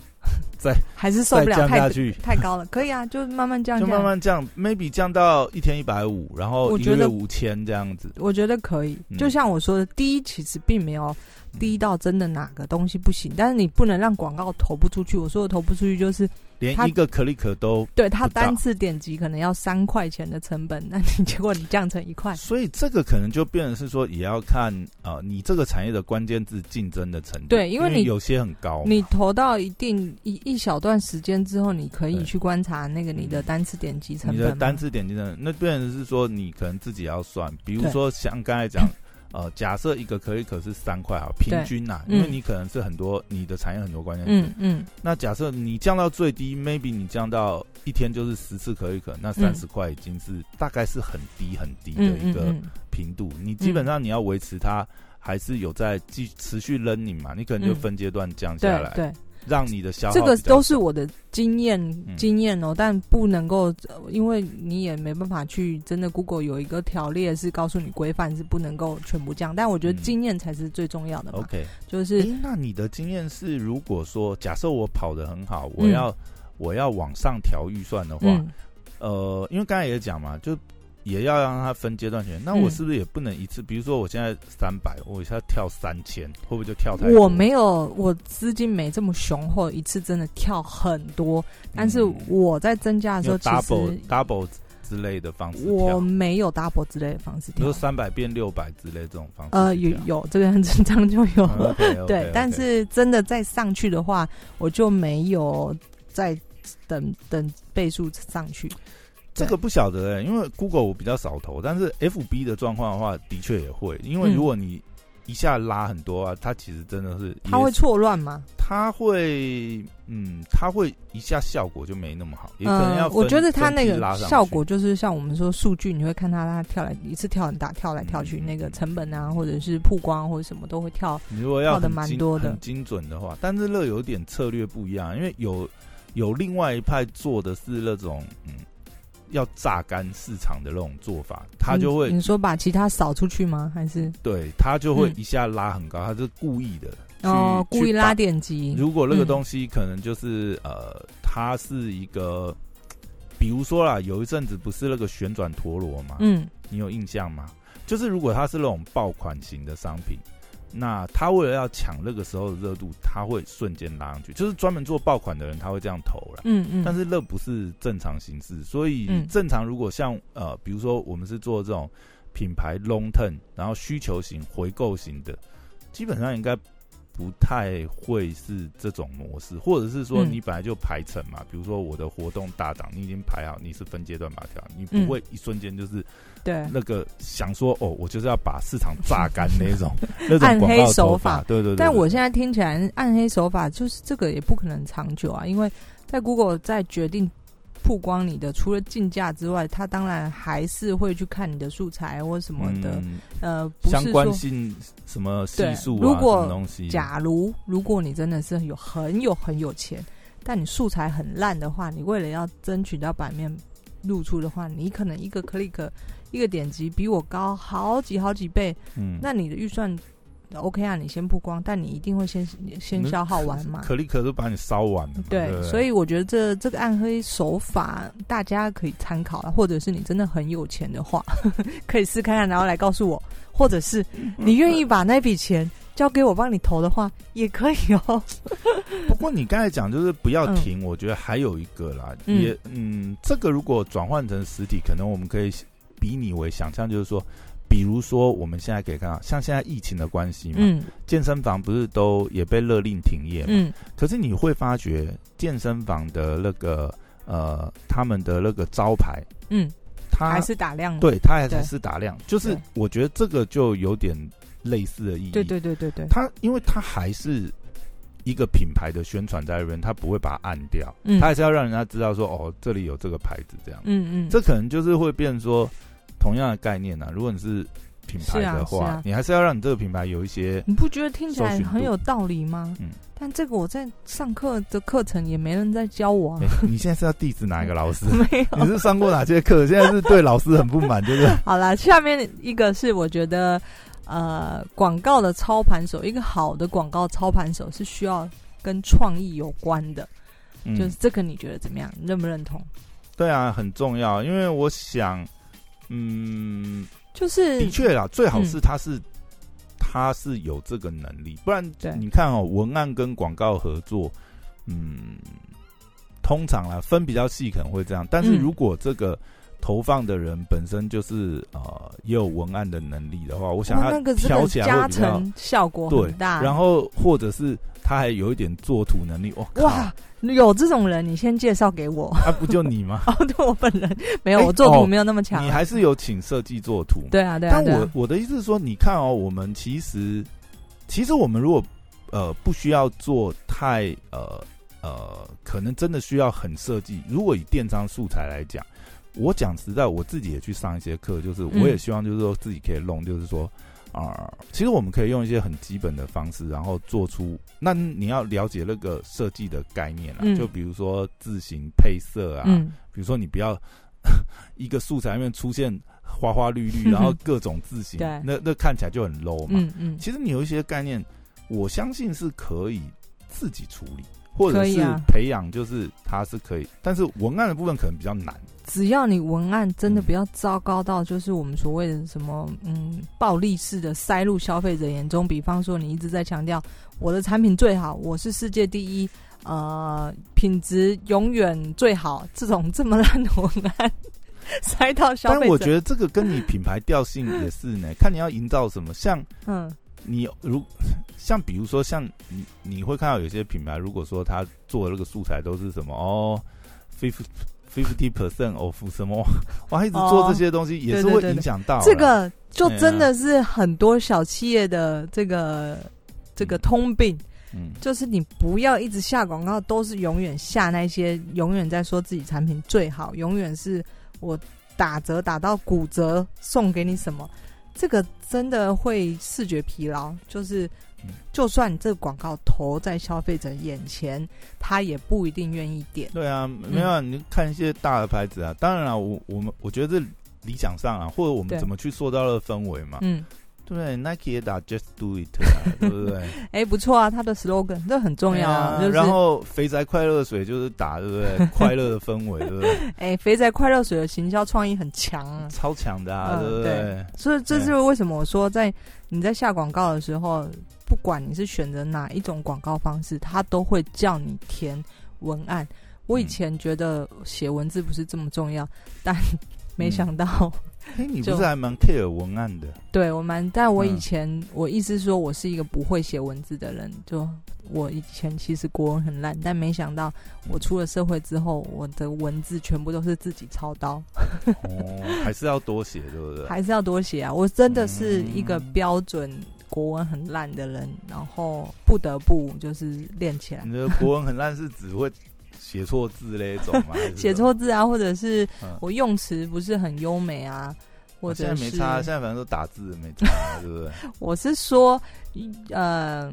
Speaker 2: 还是受
Speaker 1: 再
Speaker 2: 不了
Speaker 1: 降
Speaker 2: 太
Speaker 1: 下去
Speaker 2: 太高了，可以啊，就慢慢降，
Speaker 1: 就慢。慢降，maybe 降到一天一百五，然后
Speaker 2: 我
Speaker 1: 一
Speaker 2: 觉
Speaker 1: 个
Speaker 2: 得
Speaker 1: 月五千这样子。
Speaker 2: 我觉得可以
Speaker 1: 嗯，
Speaker 2: 就像我说的，低其实并没有
Speaker 1: 嗯
Speaker 2: 低到真的哪个东西不行，但是你不能让广告投不出去。我说的投不出去就是，
Speaker 1: 连
Speaker 2: 它
Speaker 1: 一个 click 都，
Speaker 2: 对它
Speaker 1: 不到
Speaker 2: 单次点击可能要三块钱的成本，那你结果你降成一块，
Speaker 1: 所以这个可能就变成是说，也要看呃你这个产业的关键字竞争的程度。
Speaker 2: 对
Speaker 1: 因
Speaker 2: 因为你
Speaker 1: 有些很高嘛，
Speaker 2: 你投到一定一一小段时间之后，你可以
Speaker 1: 对
Speaker 2: 去观察那个你的单次点击成
Speaker 1: 你
Speaker 2: 本嘛。
Speaker 1: 的单次点击的，那变成是说你可能自己要算，比如
Speaker 2: 对
Speaker 1: 说像刚 才讲，呃，假设一个可以可是三块啊，平
Speaker 2: 对
Speaker 1: 均呐、啊，
Speaker 2: 嗯
Speaker 1: 因为你可能是很多你的产业很多关键词，
Speaker 2: 嗯嗯，
Speaker 1: 那假设你降到最低，maybe 你降到一天就是十次可以可，那三十块已经是、大概是很低很低的
Speaker 2: 嗯
Speaker 1: 一
Speaker 2: 嗯
Speaker 1: 个
Speaker 2: 嗯，
Speaker 1: 频度，你基本上你要维持它。还是有在继持续 learning 嘛，你可能就
Speaker 2: 嗯
Speaker 1: 分阶段降下
Speaker 2: 对
Speaker 1: 来，
Speaker 2: 对，
Speaker 1: 让你的消耗
Speaker 2: 这个
Speaker 1: 比较
Speaker 2: 都是我的经验
Speaker 1: 嗯
Speaker 2: 经验哦，但不能够，呃因为你也没办法去真的 Google 有一个条例是告诉你规范是不能够全部降，但我觉得
Speaker 1: 嗯
Speaker 2: 经验才是最重要的嘛，
Speaker 1: OK。
Speaker 2: 就是
Speaker 1: 诶那你的经验是，如果说假设我跑得很好，我
Speaker 2: 嗯
Speaker 1: 要、我要往上调预算的话，
Speaker 2: 嗯
Speaker 1: 呃，因为刚才也讲嘛，就也要让它分阶段选。那我
Speaker 2: 嗯
Speaker 1: 是不是也不能一次？比如说我现在三百，我一下跳三千，会不会就跳太多？
Speaker 2: 我没有，我资金没这么雄厚，一次真的跳很多，但是
Speaker 1: 嗯
Speaker 2: 我在增加的时
Speaker 1: 有
Speaker 2: 候，其
Speaker 1: double
Speaker 2: 实
Speaker 1: double 之类的方式
Speaker 2: 我
Speaker 1: 跳，
Speaker 2: 没有 double 之类的方式
Speaker 1: 比
Speaker 2: 跳
Speaker 1: 如，三百变六百之类这嗯种方式。
Speaker 2: 呃，有。有这个很正常就有，
Speaker 1: o k
Speaker 2: 对，但是真的再上去的话，我就没有再等等倍数上去。
Speaker 1: 这个不晓得、欸，因为 Google 我比较少投，但是 FB 的状况的话，的确也会，因为
Speaker 2: 嗯
Speaker 1: 如果你一下拉很多啊，它其实真的是也
Speaker 2: 它会错乱嘛？
Speaker 1: 它会嗯，它会一下效果就没那么好，也可能要
Speaker 2: 嗯，
Speaker 1: 分、
Speaker 2: 我觉得它那
Speaker 1: 分批
Speaker 2: 个
Speaker 1: 拉上去
Speaker 2: 效果就是像我们说数据，你会看它它跳来一次跳很大，跳来跳去，
Speaker 1: 嗯
Speaker 2: 那个成本啊，或者是曝光或者什么都会跳。
Speaker 1: 你如果要
Speaker 2: 跳得
Speaker 1: 很
Speaker 2: 蛮
Speaker 1: 精
Speaker 2: 多的
Speaker 1: 很精准的话，但是那有点策略不一样，因为有有另外一派做的是那种嗯，要榨干市场的那种做法，它就会、
Speaker 2: 你你说把其他扫出去吗？还是
Speaker 1: 对它就会
Speaker 2: 嗯
Speaker 1: 一下拉很高，它是故意的。去
Speaker 2: 哦故
Speaker 1: 去
Speaker 2: 意
Speaker 1: 把
Speaker 2: 拉点击？
Speaker 1: 如果那
Speaker 2: 嗯
Speaker 1: 个东西可能就是、呃，它是一个，比如说啦，有一阵子不是那个旋转陀螺嘛，
Speaker 2: 嗯
Speaker 1: 你有印象吗？就是如果它是那种爆款型的商品，那它为了要抢那个时候的热度，它会瞬间拉上去。就是专门做爆款的人，他会这样投了。
Speaker 2: 嗯嗯，
Speaker 1: 但
Speaker 2: 是
Speaker 1: 是那不是正常形式，所以
Speaker 2: 嗯
Speaker 1: 正常如果像呃，比如说我们是做这种品牌 long term，然后需求型、回购型的，基本上应该不太会是这种模式，或者是说
Speaker 2: 嗯
Speaker 1: 你本来就排程嘛，比如说我的活动大档，你已经排好，你是分阶段把它调，你
Speaker 2: 嗯
Speaker 1: 不会一瞬间就是
Speaker 2: 对。
Speaker 1: 那个想说哦，我就是要把市场榨干 那种那种
Speaker 2: 嗯暗
Speaker 1: 广
Speaker 2: 黑
Speaker 1: 告手
Speaker 2: 手
Speaker 1: 法
Speaker 2: 法
Speaker 1: 对对对。
Speaker 2: 但我
Speaker 1: 对
Speaker 2: 现在听起来，暗黑手法就是这个也不可能长久啊，因为在 Google 在决定曝光你的，除了竞价之外，它当然还是会去看你的素材或什么的。
Speaker 1: 嗯
Speaker 2: 呃，不
Speaker 1: 相
Speaker 2: 是
Speaker 1: 关
Speaker 2: 说，
Speaker 1: 性什么系
Speaker 2: 对
Speaker 1: 数啊，
Speaker 2: 如果
Speaker 1: 什么东西
Speaker 2: 假如如果你真的是有很有很有钱，但你素材很烂的话，你为了要争取到版面露出的话，你可能一个 click 一个点击比我高好几好几倍，
Speaker 1: 嗯
Speaker 2: 那你的预算。OK 啊，你先曝光，但你一定会先先
Speaker 1: 嗯
Speaker 2: 消耗完嘛？
Speaker 1: 可立可都把你烧完了嘛。对
Speaker 2: 啊对
Speaker 1: 不对，，
Speaker 2: 所以我觉得这这个暗黑手法大家可以参考啊，或者是你真的很有钱的话， 可以试看看，然后来告诉我，或者是
Speaker 1: 嗯
Speaker 2: 你愿意把那笔钱交给我帮你投的话，也可以哦。
Speaker 1: 不过你刚才讲就是不要停，我觉得还有一个啦，
Speaker 2: 嗯
Speaker 1: 也嗯，这个如果转换成实体，可能我们可以比拟为想象，就是说，比如说我们现在可以看到，像现在疫情的关系嘛，
Speaker 2: 嗯
Speaker 1: 健身房不是都也被勒令停业嘛？
Speaker 2: 嗯
Speaker 1: 可是你会发觉健身房的那个呃，他们的那个招牌，
Speaker 2: 嗯，
Speaker 1: 它
Speaker 2: 还是打量
Speaker 1: 对它还
Speaker 2: 对
Speaker 1: 是打亮，就是
Speaker 2: 对
Speaker 1: 我觉得这个就有点类似的意义。
Speaker 2: 对对对对对，
Speaker 1: 它因为它还是一个品牌的宣传在那边，它不会把它按掉，
Speaker 2: 嗯
Speaker 1: 它还是要让人家知道说哦，这里有这个牌子这样。
Speaker 2: 嗯嗯，
Speaker 1: 这可能就是会变成说同样的概念啊。如果你是品牌的话，
Speaker 2: 是啊是啊
Speaker 1: 你还是要让你这个品牌有一些
Speaker 2: 你不觉得听起来
Speaker 1: 搜寻度
Speaker 2: 很有道理吗？
Speaker 1: 嗯
Speaker 2: 但这个我在上课的课程也没人在教我啊？
Speaker 1: 哎，你现在是要 diss 哪一个老师
Speaker 2: 没有
Speaker 1: 你。是上过哪些课？现在是对老师很不满，对不对？
Speaker 2: 好啦，下面一个是我觉得，呃，广告的操盘手，一个好的广告操盘手是需要跟创意有关的，
Speaker 1: 嗯
Speaker 2: 就是这个你觉得怎么样？认不认同？
Speaker 1: 对啊，很重要，因为我想，嗯，
Speaker 2: 就是
Speaker 1: 的确啦，最好
Speaker 2: 嗯
Speaker 1: 是他是、他是有这个能力，不然
Speaker 2: 对
Speaker 1: 你看哦，文案跟广告合作，嗯，通常啦分比较细可能会这样，但是
Speaker 2: 嗯
Speaker 1: 如果这个投放的人本身就是呃也有文案的能力的话，我想
Speaker 2: 哇那
Speaker 1: 他
Speaker 2: 个这
Speaker 1: 挑
Speaker 2: 个
Speaker 1: 起来会
Speaker 2: 加
Speaker 1: 比较
Speaker 2: 成啊效果
Speaker 1: 对
Speaker 2: 很，大。
Speaker 1: 然后或者是他还有一点作图能力，哇靠，啊
Speaker 2: 哇，有这种人，你先介绍给我。？
Speaker 1: 那、不就你吗
Speaker 2: 哦，对我本人没有，
Speaker 1: 哎
Speaker 2: 我做图
Speaker 1: 哦
Speaker 2: 没有那么强
Speaker 1: 你。还是有请设计作图嘛
Speaker 2: 对啊，对啊，
Speaker 1: 但
Speaker 2: 对
Speaker 1: 我、
Speaker 2: 啊。
Speaker 1: 我的意思是说，你看哦，我们其实其实我们如果呃不需要做太呃呃，可能真的需要很设计。如果以电商素材来讲，我讲实在，我自己也去上一些课，就是
Speaker 2: 嗯
Speaker 1: 我也希望就是说自己可以弄，就是说。啊、其实我们可以用一些很基本的方式，然后做出。那你要了解那个设计的概念啊，
Speaker 2: 嗯
Speaker 1: 就比如说字形配色啊，
Speaker 2: 嗯，
Speaker 1: 比如说你不要 一个素材里面出现花花 绿绿，然后各种字形
Speaker 2: 对，
Speaker 1: 那那看起来就很 low 嘛。
Speaker 2: 嗯嗯，
Speaker 1: 其实你有一些概念，我相信是可以自己处理，或者
Speaker 2: 可以
Speaker 1: 是
Speaker 2: 啊
Speaker 1: 培养，就是它是可以，但是文案的部分可能比较难。
Speaker 2: 只要你文案真的
Speaker 1: 嗯
Speaker 2: 不要糟糕到，就是我们所谓的什么嗯暴力式的塞入消费者眼中，比方说你一直在强调我的产品最好，我是世界第一，呃，品质永远最好，这种这么烂的文案 塞到消
Speaker 1: 但
Speaker 2: 费者，
Speaker 1: 我觉得这个跟你品牌调性也是 呢，看你要营造什么。像
Speaker 2: 嗯
Speaker 1: 你如像比如说像你你会看到有些品牌，如果说他做的那个素材都是什么哦，fifty fifty percent of 什么， 哇，一直做这些东西也是
Speaker 2: 哦对对
Speaker 1: 会
Speaker 2: 对对
Speaker 1: 影响到啦
Speaker 2: 这个就
Speaker 1: 哎呀
Speaker 2: 真的是很多小企业的这个这个
Speaker 1: 嗯
Speaker 2: 通病。
Speaker 1: 嗯
Speaker 2: 就是你不要一直下广告，都是永远下那些永远在说自己产品最好，永远是我打折打到骨折送给你什么，这个真的会视觉疲劳。就是
Speaker 1: 嗯
Speaker 2: 就算你这个广告投在消费者眼前，他也不一定愿意点。
Speaker 1: 对啊，没有啊、你看一些大的牌子啊，当然了，我我们我觉得这理想上啊，或者我
Speaker 2: 对
Speaker 1: 们怎么去塑造那个氛围嘛，
Speaker 2: 嗯，
Speaker 1: 对不对？Nike 也打 Just Do It，、啊、 对不对？
Speaker 2: 哎、不错啊，他的 slogan 这很重要啊，
Speaker 1: 对
Speaker 2: 就是
Speaker 1: 哎然后肥宅快乐水就是打，对不对？ 快乐的氛围，对不对？
Speaker 2: 哎、肥宅快乐水的行销创意很强啊。
Speaker 1: 超强的啊，
Speaker 2: 嗯
Speaker 1: 对不
Speaker 2: 对所以这是为什么我说，在你在下广告的时候，不管你是选择哪一种广告方式，它都会叫你填文案。我以前觉得写文字不是这么重要，但没想到，
Speaker 1: 嘿，你
Speaker 2: 就
Speaker 1: 不是还蛮 care 文案的？
Speaker 2: 对我蛮，但我以前、我意思说我是一个不会写文字的人，就我以前其实国文很烂，但没想到我出了社会之后，我的文字全部都是自己操刀。
Speaker 1: 哦，还是要多写，对不对？
Speaker 2: 还是要多写啊！我真的是一个标准国文很烂的人，然后不得不就是练起来
Speaker 1: 你，的国文很烂，是只会写错字那一种 吗？还是
Speaker 2: 写错字啊，或者是
Speaker 1: 嗯
Speaker 2: 我用词不是很优美啊，
Speaker 1: 什么，
Speaker 2: 或者
Speaker 1: 现在没差，啊现
Speaker 2: 是
Speaker 1: 在反正都打字没差，对不对？
Speaker 2: 我是说，呃，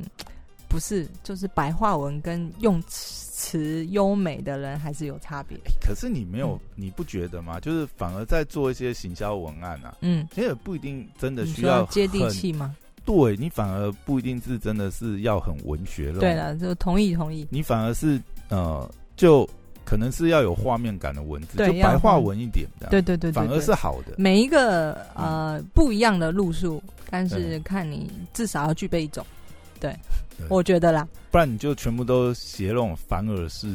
Speaker 2: 不是，就是白话文跟用词优美的人还是有差别。
Speaker 1: 可是你没有，你不觉得吗？就是反而在做一些行销文案啊，
Speaker 2: 嗯，
Speaker 1: 你也不一定真的
Speaker 2: 你
Speaker 1: 需
Speaker 2: 说
Speaker 1: 很
Speaker 2: 接地，气吗？
Speaker 1: 对你反而不一定是真的是要很文学那种
Speaker 2: 对啊了，就同意同意。
Speaker 1: 你反而是呃，就可能是要有画面感的文字，
Speaker 2: 对
Speaker 1: 就
Speaker 2: 要
Speaker 1: 白话
Speaker 2: 画
Speaker 1: 文一点的，
Speaker 2: 对对对对对，
Speaker 1: 啊反而是好的。嗯
Speaker 2: 每一个呃不一样的路数，但是看你至少要具备一种，对
Speaker 1: 对
Speaker 2: 我觉得啦。
Speaker 1: 不然你就全部都写那种凡尔 式，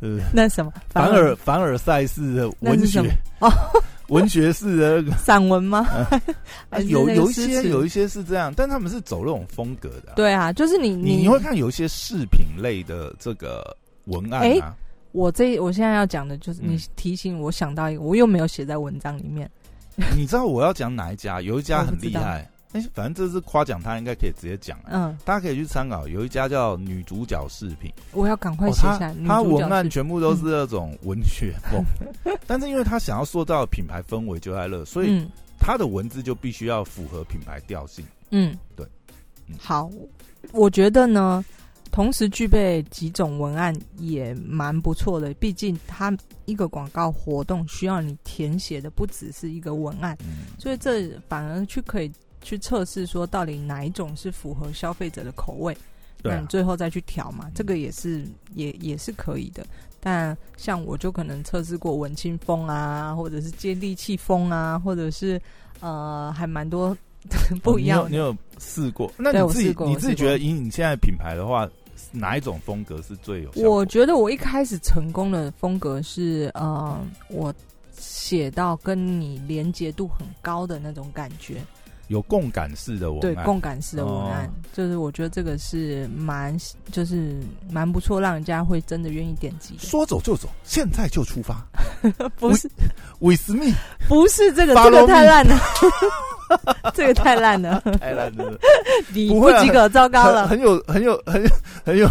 Speaker 1: 呃，
Speaker 2: 那什么，
Speaker 1: 凡尔凡尔赛式的
Speaker 2: 那
Speaker 1: 文
Speaker 2: 是什
Speaker 1: 学
Speaker 2: 么哦，
Speaker 1: 文学式的那个，
Speaker 2: 散文吗？
Speaker 1: 啊
Speaker 2: 还是那
Speaker 1: 有
Speaker 2: 个
Speaker 1: 有一
Speaker 2: 诗
Speaker 1: 些
Speaker 2: 词
Speaker 1: 有一些是这样，但他们是走那种风格的啊、
Speaker 2: 对啊，就是你
Speaker 1: 你你会看有一些饰品类的这个文案啊，
Speaker 2: 我这我现在要讲的就是
Speaker 1: 嗯
Speaker 2: 你提醒我想到一个，我又没有写在文章里面，
Speaker 1: 你知道我要讲哪一家？有一家很厉
Speaker 2: 我不知道
Speaker 1: 害，哎、反正这是夸奖他，应该可以直接讲啊。
Speaker 2: 嗯，
Speaker 1: 大家可以去参考，有一家叫女主角饰品，
Speaker 2: 我要赶快
Speaker 1: 哦
Speaker 2: 写
Speaker 1: 他
Speaker 2: 下来。女
Speaker 1: 他
Speaker 2: 主
Speaker 1: 文
Speaker 2: 角
Speaker 1: 案
Speaker 2: 是
Speaker 1: 全部都是那种文学风，但是因为他想要塑造品牌氛围就在那，所以
Speaker 2: 嗯，
Speaker 1: 它的文字就必须要符合品牌调性。
Speaker 2: 嗯，
Speaker 1: 对嗯
Speaker 2: 好，我觉得呢，同时具备几种文案也蛮不错的。毕竟它一个广告活动需要你填写的不只是一个文案，
Speaker 1: 嗯，
Speaker 2: 所以这反而去可以去测试说到底哪一种是符合消费者的口味，
Speaker 1: 对、
Speaker 2: 那你
Speaker 1: 啊，
Speaker 2: 最后再去调嘛，这个也是也也是可以的。但像我就可能测试过文青风啊，或者是接地气风啊，或者是呃，还蛮多 不一样
Speaker 1: 哦
Speaker 2: 的
Speaker 1: 你有你有试过？那
Speaker 2: 对
Speaker 1: 你
Speaker 2: 我
Speaker 1: 自己
Speaker 2: 试过
Speaker 1: 你
Speaker 2: 我
Speaker 1: 自己
Speaker 2: 试
Speaker 1: 觉
Speaker 2: 过
Speaker 1: 得以你现在品牌的话，哪一种风格是最有效果？
Speaker 2: 我觉得我一开始成功的风格是，呃，我写到跟你连结度很高的那种感觉，
Speaker 1: 有共感式的文
Speaker 2: 对
Speaker 1: 案，
Speaker 2: 共感式的文案，
Speaker 1: 哦
Speaker 2: 就是我觉得这个是蛮，就是蛮不错，让人家会真的愿意点击的。
Speaker 1: 说走就走，现在就出发。
Speaker 2: 不是，
Speaker 1: With me，
Speaker 2: 不是这个，这
Speaker 1: Follow
Speaker 2: 个太烂了， 这个太烂了，
Speaker 1: 太烂了，
Speaker 2: 你
Speaker 1: 不
Speaker 2: 不
Speaker 1: 会啊
Speaker 2: 及格，糟糕
Speaker 1: 很
Speaker 2: 了，
Speaker 1: 很有很有很有很有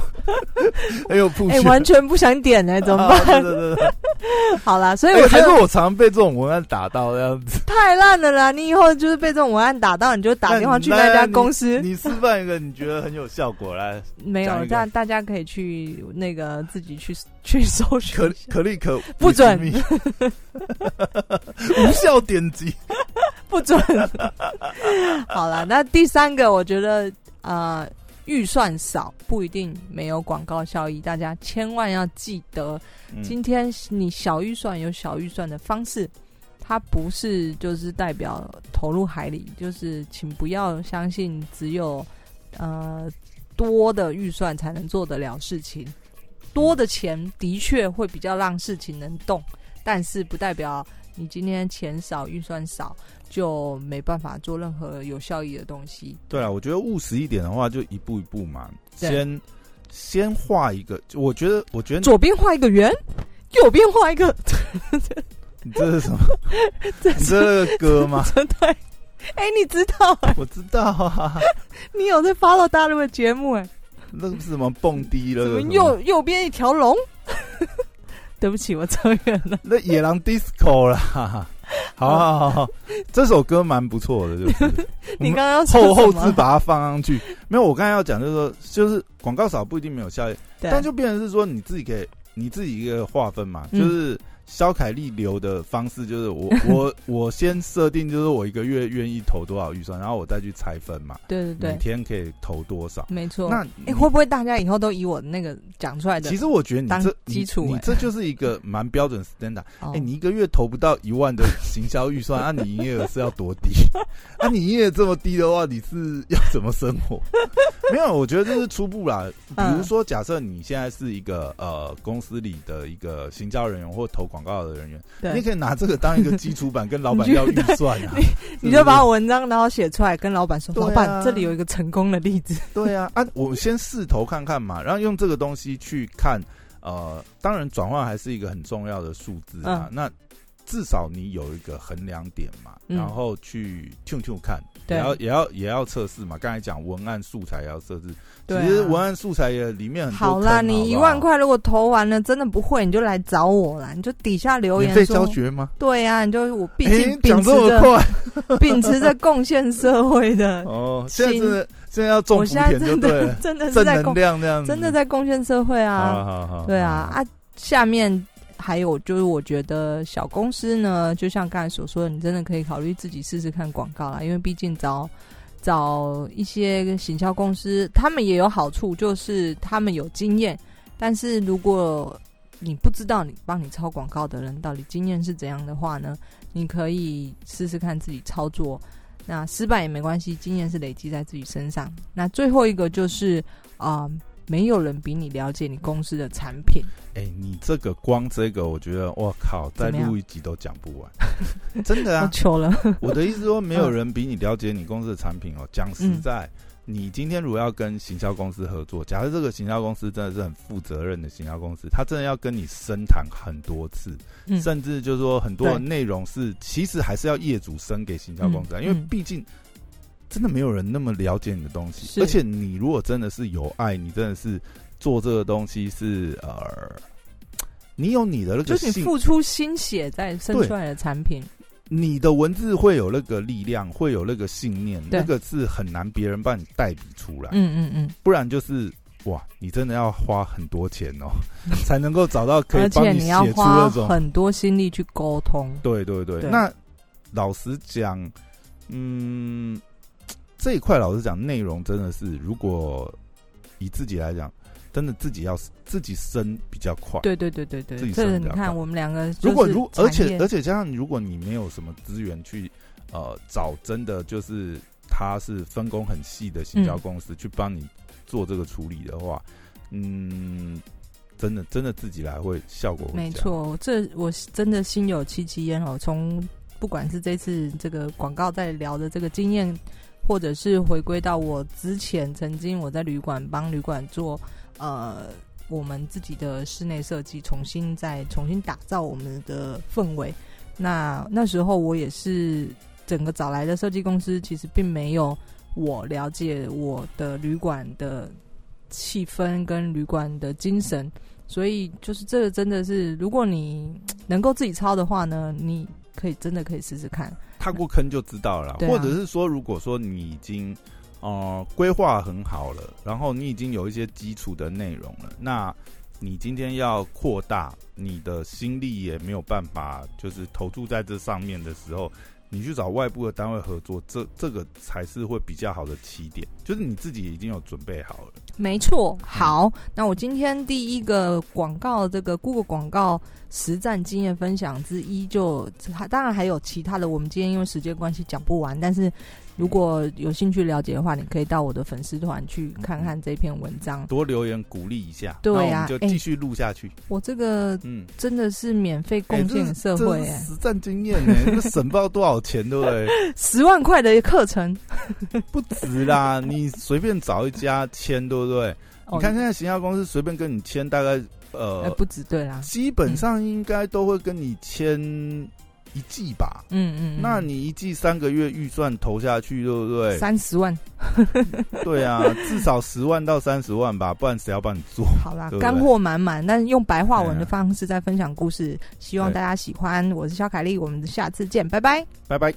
Speaker 1: 很有 铺
Speaker 2: 哎、
Speaker 1: 血，
Speaker 2: 完全不想点呢、怎 么办？
Speaker 1: 办？对对对对，
Speaker 2: 好啦，所以
Speaker 1: 哎
Speaker 2: 我觉
Speaker 1: 还
Speaker 2: 得
Speaker 1: 是我常被这种文案打到这样 子。
Speaker 2: 太烂了啦！你以后就是被这种文案打到，你就打电话去那
Speaker 1: 那
Speaker 2: 家
Speaker 1: 你
Speaker 2: 公司。
Speaker 1: 你示范一个你觉得很有效果 来，
Speaker 2: 没
Speaker 1: 讲
Speaker 2: 有，
Speaker 1: 一个
Speaker 2: 大大家可以去那个自己去 去搜寻
Speaker 1: 可
Speaker 2: 一下，
Speaker 1: 可立可
Speaker 2: 不准
Speaker 1: with me 无效点击。
Speaker 2: 不准。 好了，那第三个，我觉得呃，预算少不一定没有广告效益，大家千万要记得，
Speaker 1: 嗯
Speaker 2: 今天你小预算有小预算的方式。它不是就是代表投入海里，就是请不要相信只有呃多的预算才能做得了事情。多的钱的确会比较让事情能动，但是不代表你今天钱少、预算少就没办法做任何有效益的东西。
Speaker 1: 对啊，我觉得务实一点的话，就一步一步嘛，
Speaker 2: 对
Speaker 1: 先先画一个。我觉得，我觉得
Speaker 2: 左边画一个圆，右边画一个，
Speaker 1: 你这是什 么？
Speaker 2: 这
Speaker 1: 你
Speaker 2: 是
Speaker 1: 这是歌吗？
Speaker 2: 真的。哎、你知道、啊，
Speaker 1: 我知道啊，
Speaker 2: 你有在 follow 大陆的节目哎、
Speaker 1: 那个是什么蹦迪了？
Speaker 2: 怎么
Speaker 1: 什么
Speaker 2: 右右边一条龙？ 对不起，我扯远了。
Speaker 1: 那野狼 disco 啦？ 好好好好，这首歌蛮不错的，就是
Speaker 2: 你刚刚要说
Speaker 1: 后后
Speaker 2: 什
Speaker 1: 置
Speaker 2: 么
Speaker 1: 把它放上去。没有，我刚才要讲就是说，就是广告少不一定没有效益，
Speaker 2: 对
Speaker 1: 但就变成是说你自己给你自己一个划分嘛，
Speaker 2: 嗯
Speaker 1: 就是肖凯丽流的方式，就是 我我我先设定就是我一个月愿意投多少预算，然后我再去拆分嘛，
Speaker 2: 对对
Speaker 1: 每
Speaker 2: 对，
Speaker 1: 天可以投多少。
Speaker 2: 没错。
Speaker 1: 那
Speaker 2: 哎、会不会大家以后都以我那个讲出来的？
Speaker 1: 其实我觉得你这
Speaker 2: 当基础
Speaker 1: 你，你
Speaker 2: 欸
Speaker 1: 这就是一个蛮标准 standard。
Speaker 2: 哦，
Speaker 1: 哎、你一个月投不到一万的行销预 算，啊，你营业额是要多低？啊，你营业额这么低的话，你是要怎么生 活？没有，我觉得这是初步啦。比
Speaker 2: 嗯
Speaker 1: 如说，假设你现在是一个呃公司里的一个行销人员或投广告的人员，
Speaker 2: 对
Speaker 1: 你也可以拿这个当一个基础版，跟老板
Speaker 2: 你觉
Speaker 1: 要
Speaker 2: 得
Speaker 1: 预算啊。
Speaker 2: 你就把我文章然后写出来，跟老板说，
Speaker 1: 对啊
Speaker 2: 老板这里有一个成功的例子，
Speaker 1: 对啊，啊，我先试投看看嘛，然后用这个东西去看，呃，当然转换还是一个很重要的数字啊。那至少你有一个衡量点嘛，
Speaker 2: 嗯
Speaker 1: 然后去 tune tune 看，
Speaker 2: 对
Speaker 1: 也要也要也要测试嘛。刚才讲文案素材也要测试，
Speaker 2: 对啊
Speaker 1: 其实文案素材也里面很多
Speaker 2: 好
Speaker 1: 坑
Speaker 2: 啦，
Speaker 1: 好不好
Speaker 2: 你一万块如果投完了，真的不会，你就来找我啦，你就底下留
Speaker 1: 免
Speaker 2: 言
Speaker 1: 费教
Speaker 2: 说，
Speaker 1: 学吗？
Speaker 2: 对呀、你就我毕
Speaker 1: 哎
Speaker 2: 竟，秉
Speaker 1: 讲
Speaker 2: 持
Speaker 1: 这么
Speaker 2: 着
Speaker 1: 快
Speaker 2: 秉持着贡献社会的，
Speaker 1: 哦，现在真的现在要
Speaker 2: 嗯
Speaker 1: 种
Speaker 2: 我
Speaker 1: 福
Speaker 2: 现在
Speaker 1: 田就
Speaker 2: 真
Speaker 1: 对
Speaker 2: 的
Speaker 1: 了，
Speaker 2: 真的是
Speaker 1: 正
Speaker 2: 在
Speaker 1: 能
Speaker 2: 贡，
Speaker 1: 量那样子，
Speaker 2: 真的在贡献社会
Speaker 1: 好
Speaker 2: 啊，
Speaker 1: 好好，
Speaker 2: 对啊
Speaker 1: 好
Speaker 2: 啊，下面。还有就是，我觉得小公司呢，就像刚才所说的，你真的可以考虑自己试试看广告啦，因为毕竟找找一些行销公司，他们也有好处，就是他们有经验。但是如果你不知道你帮你抄广告的人到底经验是怎样的话呢，你可以试试看自己操作。那失败也没关系，经验是累积在自己身上。那最后一个就是啊、没有人比你了解你公司的产品。
Speaker 1: 哎、你这个光这个，我觉得我靠，再
Speaker 2: 怎么样
Speaker 1: 录一集都讲不完， 真的
Speaker 2: 我嗯
Speaker 1: 啊！
Speaker 2: 求了，
Speaker 1: 我的意思 说，没有人比你了解你公司的产品哦。讲
Speaker 2: 嗯
Speaker 1: 实在，你今天如果要跟行销公司合作，假设这个行销公司真的是很负责任的行销公司，他真的要跟你深谈很多次，
Speaker 2: 嗯
Speaker 1: 甚至就是说很多
Speaker 2: 对
Speaker 1: 的内容是其实还是要业主生给行销公司啊，
Speaker 2: 嗯
Speaker 1: 因为
Speaker 2: 嗯
Speaker 1: 毕竟。真的没有人那么了解你的东西，
Speaker 2: 是
Speaker 1: 而且你如果真的是有爱，你真的是做这个东西是呃，你有你的那个
Speaker 2: 就是你
Speaker 1: 兴
Speaker 2: 付出心血在生出来的产品，
Speaker 1: 你的文字会有那个力量，会有那个信念，
Speaker 2: 对
Speaker 1: 那个是很难别人帮你代笔出来，
Speaker 2: 嗯嗯嗯，
Speaker 1: 不然就是。哇，你真的要花很多钱 哦，才能够找到可以
Speaker 2: 而
Speaker 1: 帮
Speaker 2: 且
Speaker 1: 你写
Speaker 2: 要
Speaker 1: 出那
Speaker 2: 花
Speaker 1: 种
Speaker 2: 很多心力去沟通，
Speaker 1: 对对对，
Speaker 2: 对
Speaker 1: 那老实讲，嗯，这一块老实讲，内容真的是，如果以自己来讲，真的自己要自己升比较快。
Speaker 2: 对对对对
Speaker 1: 自
Speaker 2: 对，
Speaker 1: 己
Speaker 2: 这
Speaker 1: 生
Speaker 2: 你
Speaker 1: 比较快
Speaker 2: 看我们两个就是
Speaker 1: 如果如
Speaker 2: 产
Speaker 1: 而且
Speaker 2: 业
Speaker 1: 而且加上，如果你没有什么资源去呃找真的就是他是分工很细的行销
Speaker 2: 嗯
Speaker 1: 公司、去帮你做这个处理的话，嗯，真的真的自己来会效果会
Speaker 2: 没
Speaker 1: 这样，
Speaker 2: 错，这我是真的心有戚戚焉哦。从不管是这次这个广告在聊的这个经验，或者是回归到我之前曾经我在旅馆帮旅馆做呃我们自己的室内设计，重新再重新打造我们的氛围。那那时候我也是整个找来的设计公司，其实并没有我了解我的旅馆的气氛跟旅馆的精神，所以就是这个真的是，如果你能够自己抄的话呢，你可以真的可以试试看。
Speaker 1: 踏过坑就知道了啦，
Speaker 2: 对啊
Speaker 1: 或者是说，如果说你已经呃规划很好了，然后你已经有一些基础的内容了，那你今天要扩大你的心力也没有办法，就是投注在这上面的时候，你去找外部的单位合作，这这个才是会比较好的起点，就是你自己已经有准备好了。
Speaker 2: 没错，好，那我今天第一个广告这个 Google 广告实战经验分享之一就，当然还有其他的，我们今天因为时间关系讲不完，但是如果有兴趣了解的话，你可以到我的粉丝团去看看这篇文章。
Speaker 1: 多留言鼓励一下，
Speaker 2: 对啊
Speaker 1: 那我们就继续录下去。
Speaker 2: 我这个
Speaker 1: 嗯，
Speaker 2: 真的是免费
Speaker 1: 哎
Speaker 2: 贡
Speaker 1: 这是
Speaker 2: 献给社
Speaker 1: 这
Speaker 2: 会、
Speaker 1: 是
Speaker 2: 哎
Speaker 1: 实战经验呢、这省不到多少钱，对不对？
Speaker 2: 十万块的课程，
Speaker 1: 不止啦，你随便找一家签，对不对？你看现在行销公司随便跟你签，大概
Speaker 2: 哦哎
Speaker 1: 呃，
Speaker 2: 不止对啊啦，
Speaker 1: 基本上应该都会跟你签一季吧。
Speaker 2: 嗯嗯，嗯
Speaker 1: 那你一季三个月预算投下去，对不对？
Speaker 2: 三十万，
Speaker 1: 对啊，至少十万到三十万吧，不然谁要帮你 做？
Speaker 2: 好啦
Speaker 1: 对，不对
Speaker 2: 干货满满，但是用白话文
Speaker 1: 对
Speaker 2: 的
Speaker 1: 啊
Speaker 2: 方式在分享故事，希望
Speaker 1: 对
Speaker 2: 大家喜欢。我是肖凯丽，我们下次见，拜拜。
Speaker 1: 拜拜。